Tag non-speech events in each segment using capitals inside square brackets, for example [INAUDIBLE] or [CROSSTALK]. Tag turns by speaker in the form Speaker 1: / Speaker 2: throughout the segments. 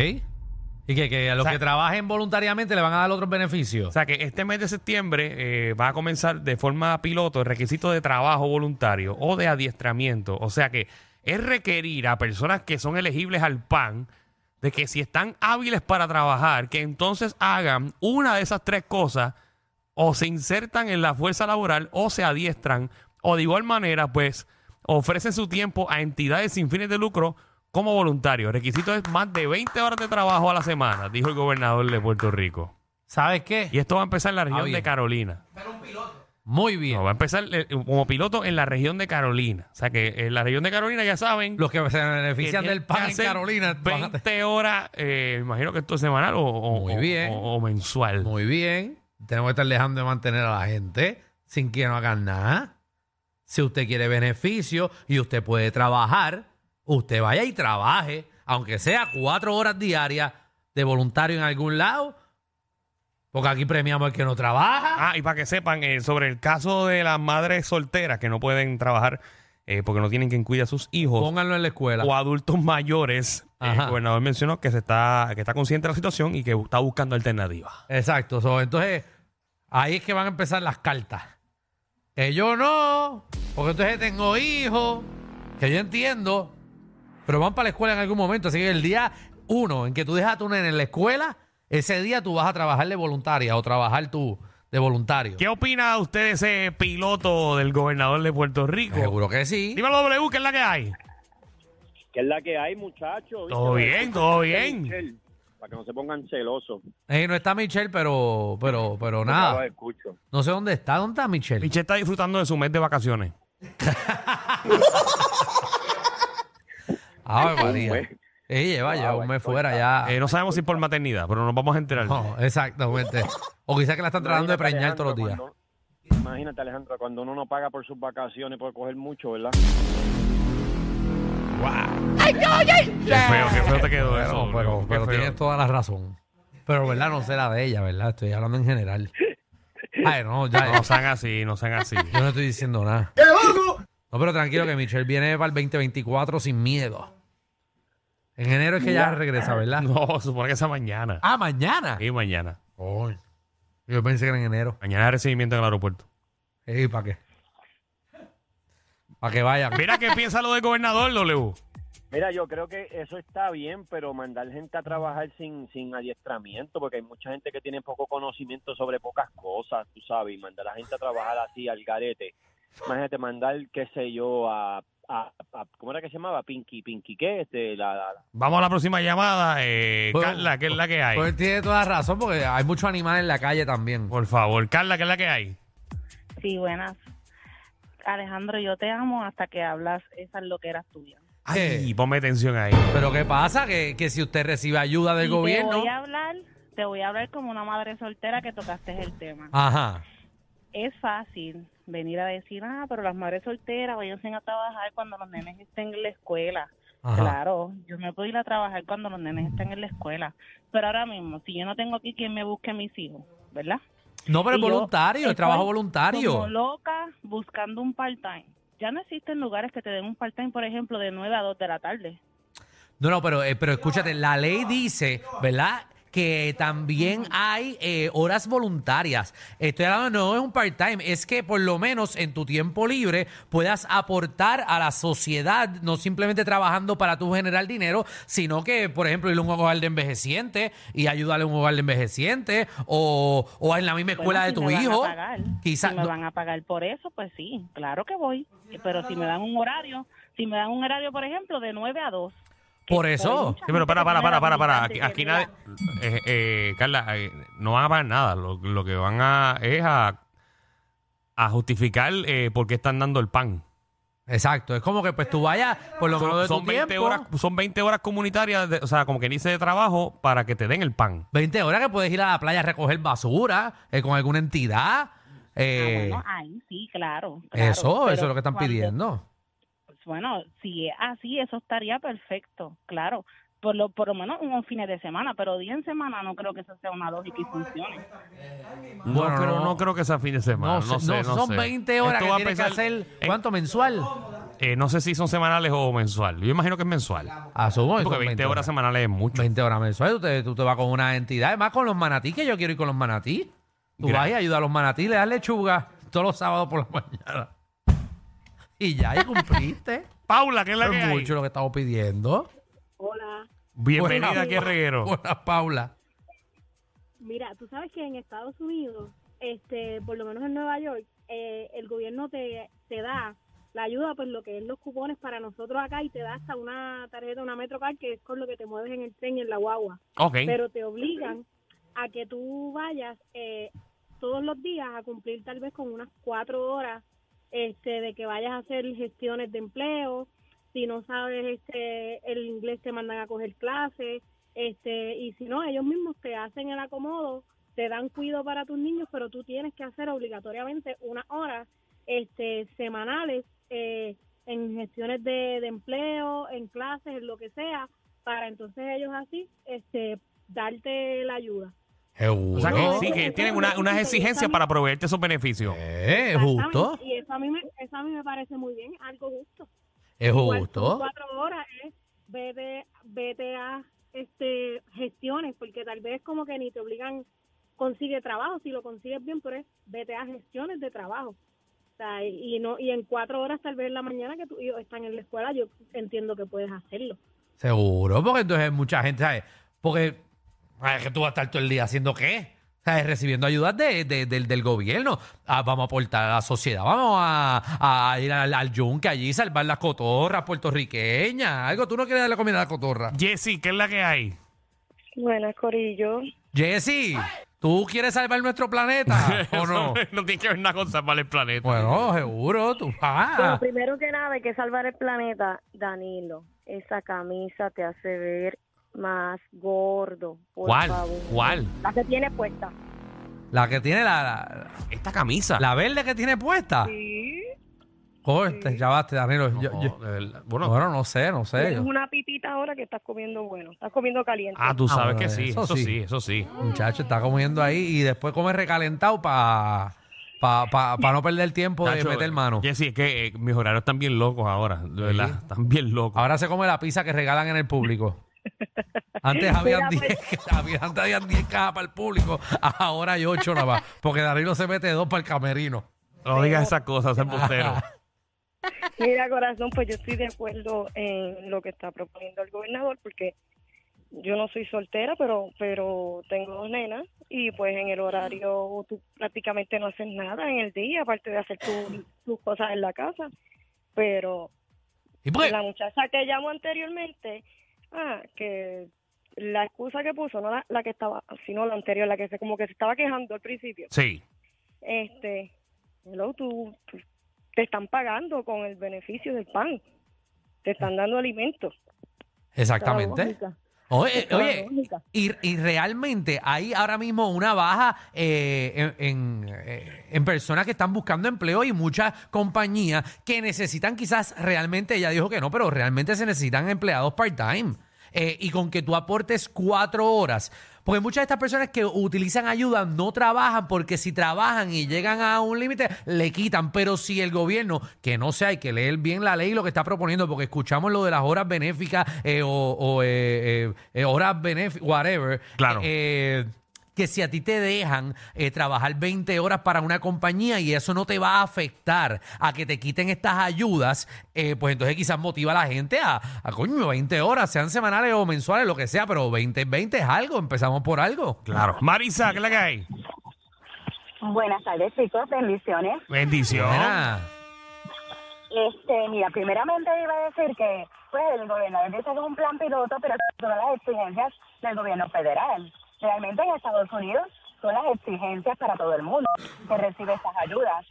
Speaker 1: Y que, que a los
Speaker 2: O sea-
Speaker 1: que trabajen voluntariamente le van a dar otros beneficios.
Speaker 2: O sea que este mes de septiembre eh, va a comenzar de forma piloto el requisito de trabajo voluntario o de adiestramiento. O sea que es requerir a personas que son elegibles al PAN de que si están hábiles para trabajar, que entonces hagan una de esas tres cosas o se insertan en la fuerza laboral o se adiestran o de igual manera pues ofrecen su tiempo a entidades sin fines de lucro como voluntarios. El requisito es más de 20 horas de trabajo a la semana, dijo el gobernador de Puerto Rico.
Speaker 1: ¿Sabes qué?
Speaker 2: Y esto va a empezar en la región
Speaker 1: Ah, bien.
Speaker 2: de Carolina.
Speaker 1: Muy
Speaker 2: No,
Speaker 1: bien.
Speaker 2: va a empezar eh, como piloto en la región de Carolina. O sea que en la región de Carolina ya saben.
Speaker 1: Los que se
Speaker 2: que
Speaker 1: benefician
Speaker 2: tienen
Speaker 1: del
Speaker 2: que
Speaker 1: pan en
Speaker 2: hacer
Speaker 1: Carolina. van a-
Speaker 2: 20 horas, eh, imagino que esto es semanal o, o-
Speaker 1: Muy
Speaker 2: o-
Speaker 1: bien.
Speaker 2: o- o mensual.
Speaker 1: Muy bien. Tenemos que estar dejando de mantener a la gente sin que no hagan nada. Si usted quiere beneficio y usted puede trabajar, usted vaya y trabaje, aunque sea cuatro horas diarias de voluntario en algún lado, porque aquí premiamos al que no trabaja.
Speaker 2: Ah, y para que sepan, eh, sobre el caso de las madres solteras que no pueden trabajar eh, porque no tienen quien cuida a sus hijos.
Speaker 1: Pónganlo en la escuela.
Speaker 2: o adultos mayores, eh,
Speaker 1: Ajá.
Speaker 2: el gobernador mencionó que se está que está consciente de la situación y que está buscando alternativas.
Speaker 1: Exacto. So, entonces, ahí es que van a empezar las cartas. Que yo no, porque entonces tengo hijos, que yo entiendo, pero van para la escuela en algún momento. Así que el día uno en que tú dejas a tu nene en la escuela, ese día tú vas a trabajar de voluntaria o trabajar tú de voluntario.
Speaker 2: ¿Qué opina usted de ese piloto del gobernador de Puerto Rico?
Speaker 1: Seguro que sí.
Speaker 2: Dímelo, W, que es la que hay.
Speaker 3: que es la que hay, muchachos.
Speaker 2: Todo
Speaker 3: ¿viste?
Speaker 2: bien,
Speaker 3: Para
Speaker 2: todo
Speaker 3: que-
Speaker 2: bien.
Speaker 3: Para que no se pongan celosos.
Speaker 1: Eh, no está Michelle, pero, pero, pero
Speaker 3: Yo
Speaker 1: nada.
Speaker 3: los escucho.
Speaker 1: No sé dónde está. ¿Dónde está Michelle?
Speaker 2: Michelle está disfrutando de su mes de vacaciones.
Speaker 1: Ah, María.
Speaker 3: Un mes.
Speaker 1: Ella lleva ya un mes fuera ya.
Speaker 2: Eh, no sabemos si por maternidad, pero nos vamos a enterar.
Speaker 1: No, exactamente. O quizás que la están tratando de
Speaker 3: Imagínate,
Speaker 1: preñar todos los
Speaker 3: Alejandro,
Speaker 1: días.
Speaker 3: cuando- imagínate, Alejandro, cuando uno no paga por sus vacaciones puede coger mucho, ¿verdad?
Speaker 2: Qué feo, qué feo te quedó eso.
Speaker 1: Pero, pero,
Speaker 2: qué
Speaker 1: pero
Speaker 2: feo.
Speaker 1: tienes toda la razón. Pero, ¿verdad? No será de ella, ¿verdad? Estoy hablando en general. Ay, no, ya.
Speaker 2: No sean así, no sean
Speaker 1: [LAUGHS]
Speaker 2: así.
Speaker 1: Yo no estoy diciendo nada. No, pero tranquilo que Michelle viene para el 2024 sin miedo. En enero es que ya regresa, ¿verdad?
Speaker 2: No, supone que sea mañana.
Speaker 1: Ah, mañana.
Speaker 2: Sí, mañana.
Speaker 1: Coño. Yo pensé que era en enero.
Speaker 2: Mañana hay recibimiento en el aeropuerto.
Speaker 1: ¿Y para qué? Para que vaya.
Speaker 2: Mira qué piensa lo del gobernador, W.
Speaker 3: Mira, yo creo que eso está bien, pero mandar gente a trabajar sin, sin adiestramiento, porque hay mucha gente que tiene poco conocimiento sobre pocas cosas, tú sabes, y mandar a la gente a trabajar así al garete. Imagínate mandar, qué sé yo, a, a- a- ¿cómo era que se llamaba? Pinky, Pinky, ¿qué? Este, la, la- la-
Speaker 2: Vamos a la próxima llamada, eh,
Speaker 1: Pues-
Speaker 2: Carla, que es la que hay.
Speaker 1: Pues tiene toda razón porque hay muchos animales en la calle también.
Speaker 2: Por favor, Carla, que es la que hay.
Speaker 4: Sí, buenas. Alejandro, yo te amo hasta que hablas esas loqueras tuyas.
Speaker 2: Ay, ponme atención ahí.
Speaker 1: Pero ¿qué pasa? Que, que si usted recibe ayuda del
Speaker 4: Y Te
Speaker 1: gobierno...
Speaker 4: voy a hablar, te voy a hablar como una madre soltera que tocaste el tema.
Speaker 1: Ajá.
Speaker 4: Es fácil venir a decir, ah, pero las madres solteras vayan a trabajar cuando los nenes estén en la escuela.
Speaker 1: Ajá.
Speaker 4: Claro, yo me puedo ir a trabajar cuando los nenes estén en la escuela. Pero ahora mismo, si yo no tengo aquí quien me busque a mis hijos, ¿verdad?
Speaker 1: No, pero es
Speaker 4: Y yo
Speaker 1: voluntario,
Speaker 4: estoy
Speaker 1: es trabajo
Speaker 4: Como
Speaker 1: voluntario.
Speaker 4: loca buscando un part-time. Ya no existen lugares que te den un part-time, por ejemplo, de 9 a 2 de la tarde.
Speaker 1: No, no, pero, eh, pero escúchate, la ley dice, ¿verdad? Que también hay eh, horas voluntarias. Estoy hablando, no es un part-time, es que por lo menos en tu tiempo libre puedas aportar a la sociedad, no simplemente trabajando para tú generar dinero, sino que, por ejemplo, ir a un hogar de envejeciente y ayudarle a un hogar de envejeciente o, o en la misma escuela
Speaker 4: Bueno,
Speaker 1: de
Speaker 4: si
Speaker 1: tu
Speaker 4: me van a
Speaker 1: hijo.
Speaker 4: pagar,
Speaker 1: Quizás.
Speaker 4: Si me
Speaker 1: no-
Speaker 4: van a pagar por eso, pues sí, claro que voy. Pero si me dan un horario, si me dan un horario, por ejemplo, de 9 a ah, 2. que
Speaker 1: Por eso.
Speaker 4: hay mucha
Speaker 2: Sí, pero
Speaker 4: gente
Speaker 2: para,
Speaker 4: que
Speaker 2: para,
Speaker 4: tiene la
Speaker 2: para, para, para. Aquí,
Speaker 4: abundancia
Speaker 2: aquí
Speaker 4: y
Speaker 2: nadie.
Speaker 4: que
Speaker 2: eh, eh, Carla, eh, no van a pagar nada. Lo, lo que van a es a, a justificar eh, por qué están dando el pan.
Speaker 1: Exacto, es como que pues tú vayas por lo menos de
Speaker 2: Son, son
Speaker 1: tu
Speaker 2: 20
Speaker 1: tiempo.
Speaker 2: horas, son 20 horas comunitarias, de- o sea, como que dice de trabajo para que te den el pan.
Speaker 1: 20 horas que puedes ir a la playa a recoger basura eh, con alguna entidad.
Speaker 4: diga,
Speaker 1: eh,
Speaker 4: "Ah, bueno, ahí sí, claro. claro,
Speaker 1: eso,
Speaker 4: pero
Speaker 1: eso es lo que están
Speaker 4: cuando-
Speaker 1: pidiendo.
Speaker 4: pues, bueno, si es así, eso estaría perfecto, claro. Por lo, por lo menos unos fines de semana, pero 10 en semana no creo que eso sea una lógica y funcione.
Speaker 2: no,
Speaker 1: Bueno,
Speaker 2: creo,
Speaker 1: no.
Speaker 2: no creo que sea fin de semana. No,
Speaker 1: No, sé,
Speaker 2: sé,
Speaker 1: no,
Speaker 2: no
Speaker 1: son
Speaker 2: sé.
Speaker 1: 20 horas
Speaker 2: Esto
Speaker 1: que
Speaker 2: va a
Speaker 1: tienes que
Speaker 2: empezar
Speaker 1: hacer.
Speaker 2: en-
Speaker 1: ¿Cuánto mensual?
Speaker 2: eh, no sé si son semanales o mensual. Yo imagino que es mensual.
Speaker 1: Asumo que
Speaker 2: Porque
Speaker 1: son
Speaker 2: 20 horas semanales es mucho.
Speaker 1: 20 horas mensual. Tú te, tú te vas con una entidad. Además, con los manatí, que yo quiero ir con los manatí. Tú
Speaker 2: Gra-
Speaker 1: vas y ayudas a los manatí, le das lechuga todos los sábados por la [LAUGHS] mañana. Y ya, y cumpliste.
Speaker 2: Paula, ¿qué es [LAUGHS] la que
Speaker 1: es
Speaker 2: hay?
Speaker 1: mucho lo que estamos pidiendo.
Speaker 5: Hola.
Speaker 2: Bienvenida
Speaker 1: Buena.
Speaker 2: aquí a [LAUGHS] Reguero.
Speaker 1: Hola, Paula.
Speaker 5: Mira, tú sabes que en Estados Unidos, este, por lo menos en Nueva York, eh, el gobierno te, te da la ayuda, pues lo que es los cupones para nosotros acá y te da hasta una tarjeta, una MetroCard, que es con lo que te mueves en el tren y en la guagua.
Speaker 2: Ok.
Speaker 5: Pero te obligan a que tú vayas eh, todos los días a cumplir tal vez con unas cuatro horas este, de que vayas a hacer gestiones de empleo. Si no sabes este, el inglés, te mandan a coger clases. Este, y si no, ellos mismos te hacen el acomodo, te dan cuidado para tus niños, pero tú tienes que hacer obligatoriamente unas horas este, semanales eh, en gestiones de, de empleo, en clases, en lo que sea, para entonces ellos así este, darte la ayuda.
Speaker 2: o sea, que
Speaker 5: No,
Speaker 2: sí, que
Speaker 5: eso
Speaker 2: tienen
Speaker 5: no
Speaker 2: una-
Speaker 5: es
Speaker 2: unas
Speaker 5: justo,
Speaker 2: exigencias
Speaker 5: eso no-
Speaker 2: para proveerte esos beneficios.
Speaker 1: Eh, es justo.
Speaker 5: Exactamente, Y eso a, mí me, eso a mí me parece muy bien, algo justo.
Speaker 1: Es
Speaker 5: Igual son
Speaker 1: justo.
Speaker 5: cuatro horas es vete, vete a este, gestiones, porque tal vez como que ni te obligan, consigue trabajo, si lo consigues bien, pero es vete a gestiones de trabajo. O sea, y, y no, y en cuatro horas tal vez en la mañana que tus hijos están en la escuela, yo entiendo que puedes hacerlo.
Speaker 1: Seguro, porque entonces mucha gente, ¿sabes? Porque ay, que tú vas a estar todo el día haciendo qué? ¿Sabes? Recibiendo ayudas de, de- del- del gobierno. Ah, vamos a aportar a la sociedad, vamos a, a ir al, al yunque allí, salvar las cotorras puertorriqueñas, algo. Tú no quieres darle comida a la cotorra.
Speaker 2: Jessy, ¿qué es la que hay? [LAUGHS]
Speaker 4: Buenas, Corillo.
Speaker 1: Jessy, ¿tú quieres salvar nuestro planeta
Speaker 2: [LAUGHS]
Speaker 1: o no?
Speaker 2: no tiene que ver nada con salvar el planeta.
Speaker 1: Bueno, seguro, tú ah,
Speaker 5: Pero
Speaker 2: Ah.
Speaker 1: vas.
Speaker 5: primero que nada, hay que salvar el planeta, Danilo. Esa camisa te hace ver más gordo. Por
Speaker 2: ¿Cuál?
Speaker 5: favor.
Speaker 2: ¿Cuál?
Speaker 5: La que tiene puesta.
Speaker 1: La que tiene la,
Speaker 2: Esta camisa.
Speaker 1: la, la verde que tiene puesta.
Speaker 5: Sí.
Speaker 1: Corte, ya basta, Danilo.
Speaker 2: No,
Speaker 1: Yo- yo-
Speaker 2: de verdad. Bueno,
Speaker 1: bueno, no sé, no sé.
Speaker 5: Tienes una pitita ahora que estás comiendo bueno. Estás comiendo caliente.
Speaker 2: ah, tú
Speaker 1: Ah,
Speaker 2: sabes
Speaker 1: bueno,
Speaker 2: que sí.
Speaker 1: eso
Speaker 2: Eso, sí.
Speaker 1: sí.
Speaker 2: eso sí.
Speaker 1: Muchacho, está comiendo ahí y después come recalentado para pa, pa, pa no perder tiempo de
Speaker 2: Tacho,
Speaker 1: meter mano.
Speaker 2: Jessy, es que eh, mis horarios están bien locos ahora. De verdad, están bien locos.
Speaker 1: Ahora se come la pizza que regalan en el público. Antes
Speaker 6: Mira,
Speaker 1: habían
Speaker 6: pues.
Speaker 1: 10 había- antes [LAUGHS] habían 10 cajas para el público, ahora hay 8 nada más, porque Danilo se mete dos para el camerino.
Speaker 2: No digas esas cosas, ser
Speaker 1: Ah.
Speaker 2: postero.
Speaker 7: Mira, corazón, pues yo estoy de acuerdo en lo que está proponiendo el gobernador, porque yo no soy soltera, pero pero tengo dos nenas y pues en el horario tú prácticamente no haces nada en el día, aparte de hacer tu- tus cosas en la casa. Pero
Speaker 1: Y pues,
Speaker 7: la muchacha que llamó anteriormente, ah, que la excusa que puso, no la, la que estaba, sino la anterior, la que se como que se estaba quejando al principio
Speaker 2: Sí.
Speaker 7: este, hello, tú, tú- te están pagando con el beneficio del pan, te están dando alimentos.
Speaker 1: exactamente. Oye,
Speaker 7: Toda
Speaker 1: oye,
Speaker 7: lógica.
Speaker 1: y, y realmente hay ahora mismo una baja eh, en, en, eh, en personas que están buscando empleo y muchas compañías que necesitan quizás realmente, ella dijo que no, pero realmente se necesitan empleados part-time. Eh, y con que tú aportes cuatro horas. Porque muchas de estas personas que utilizan ayuda no trabajan porque si trabajan y llegan a un límite, le quitan. Pero si el gobierno, que no sé, hay que leer bien la ley y lo que está proponiendo, porque escuchamos lo de las horas benéficas eh, o, o, eh, eh, eh, horas benéficas, whatever.
Speaker 2: Claro.
Speaker 1: Eh, que si a ti te dejan eh, trabajar 20 horas para una compañía y eso no te va a afectar a que te quiten estas ayudas, eh, pues entonces quizás motiva a la gente a, a, coño, 20 horas, sean semanales o mensuales, lo que sea, pero 20, 20 es algo, empezamos por algo.
Speaker 2: Claro.
Speaker 1: [LAUGHS]
Speaker 2: Marisa, ¿qué es la que hay?
Speaker 5: Buenas tardes, chicos. Bendiciones.
Speaker 2: Bendición.
Speaker 1: Buena.
Speaker 5: Este, mira, primeramente iba a decir que pues el gobernador dice que es un plan piloto, pero son las exigencias del gobierno federal. Realmente en Estados Unidos son las exigencias para todo el mundo que recibe estas ayudas.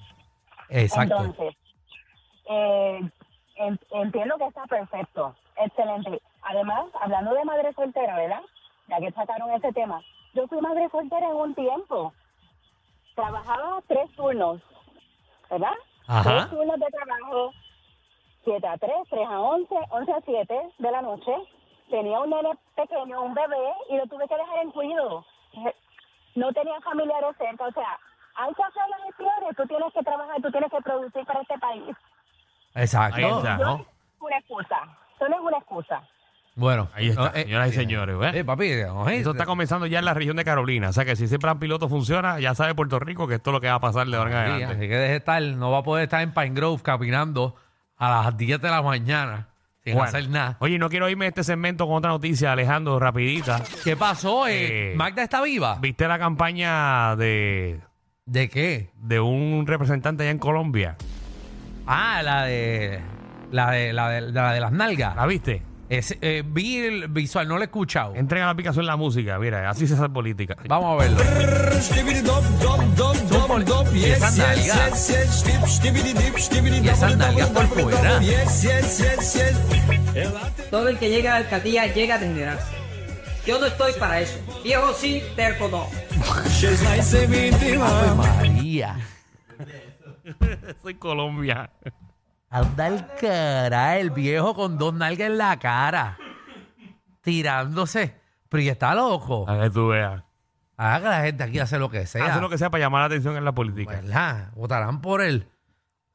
Speaker 1: Exacto.
Speaker 5: Entonces, eh, en- entiendo que está perfecto, excelente. Además, hablando de madre soltera, ¿verdad? Ya que trataron ese tema, yo fui madre soltera en un tiempo. Trabajaba tres turnos, ¿verdad?
Speaker 1: Ajá.
Speaker 5: Tres turnos de trabajo, 7 a 3, 3 a 11, 11 a 7 de la noche. Tenía un nene pequeño, un bebé, y lo tuve que dejar en cuidado. No tenía familiares cerca, o sea, hay que hacer las gestiones, tú tienes que trabajar, tú tienes que producir para este país.
Speaker 2: Ahí
Speaker 1: Exacto.
Speaker 2: está.
Speaker 1: ¿no?
Speaker 5: Una excusa, eso no es una excusa.
Speaker 1: Bueno,
Speaker 2: Ahí está,
Speaker 1: no, eh,
Speaker 2: señoras y señores. ¿eh?
Speaker 1: eh, papi, oye,
Speaker 2: Esto está comenzando ya en la región de Carolina. O sea que si ese plan piloto funciona, ya sabe Puerto Rico que esto es lo que va a pasar de ahora en
Speaker 1: María,
Speaker 2: adelante.
Speaker 1: Así que deje estar, no va a poder estar en Pine Grove caminando a las 10 de la mañana sin
Speaker 2: Bueno.
Speaker 1: hacer nada.
Speaker 2: Oye, no quiero irme de este segmento con otra noticia, Alejandro, rapidita.
Speaker 1: ¿Qué pasó?
Speaker 2: Eh,
Speaker 1: eh? ¿Magda está viva?
Speaker 2: ¿Viste la campaña de,
Speaker 1: ¿De qué?
Speaker 2: de un representante allá en Colombia?
Speaker 1: Ah, la de la de, la de, la de las nalgas.
Speaker 2: ¿La viste?
Speaker 1: Es- eh, vi el visual, no lo he escuchado.
Speaker 2: Entrega la aplicación en la música. Mira, así se hace política.
Speaker 1: Vamos a verlo. Son por- y esas nalgas. Y esas nalgas por fuera.
Speaker 8: Todo el que llega a la alcaldía llega a desnidarse. Yo no estoy para eso. Viejo sí, terco no.
Speaker 1: Ave María.
Speaker 2: [LAUGHS] Soy Colombia.
Speaker 1: Anda el cara, el viejo con dos nalgas en la cara. Tirándose. Pero y está loco.
Speaker 2: A que tú veas.
Speaker 1: Haga que la gente aquí hace lo que sea.
Speaker 2: Ah. Hace lo que sea para llamar la atención en la política.
Speaker 1: ¿Verdad? Votarán por él.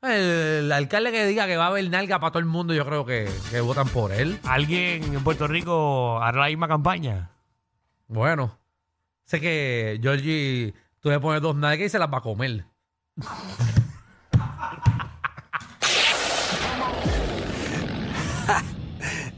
Speaker 1: El, alcalde que diga que va a haber nalga para todo el mundo, yo creo que, que votan por él.
Speaker 2: ¿Alguien en Puerto Rico hará la misma campaña?
Speaker 1: Bueno, sé que Georgie, tú le pones dos nalgas y se las va a comer.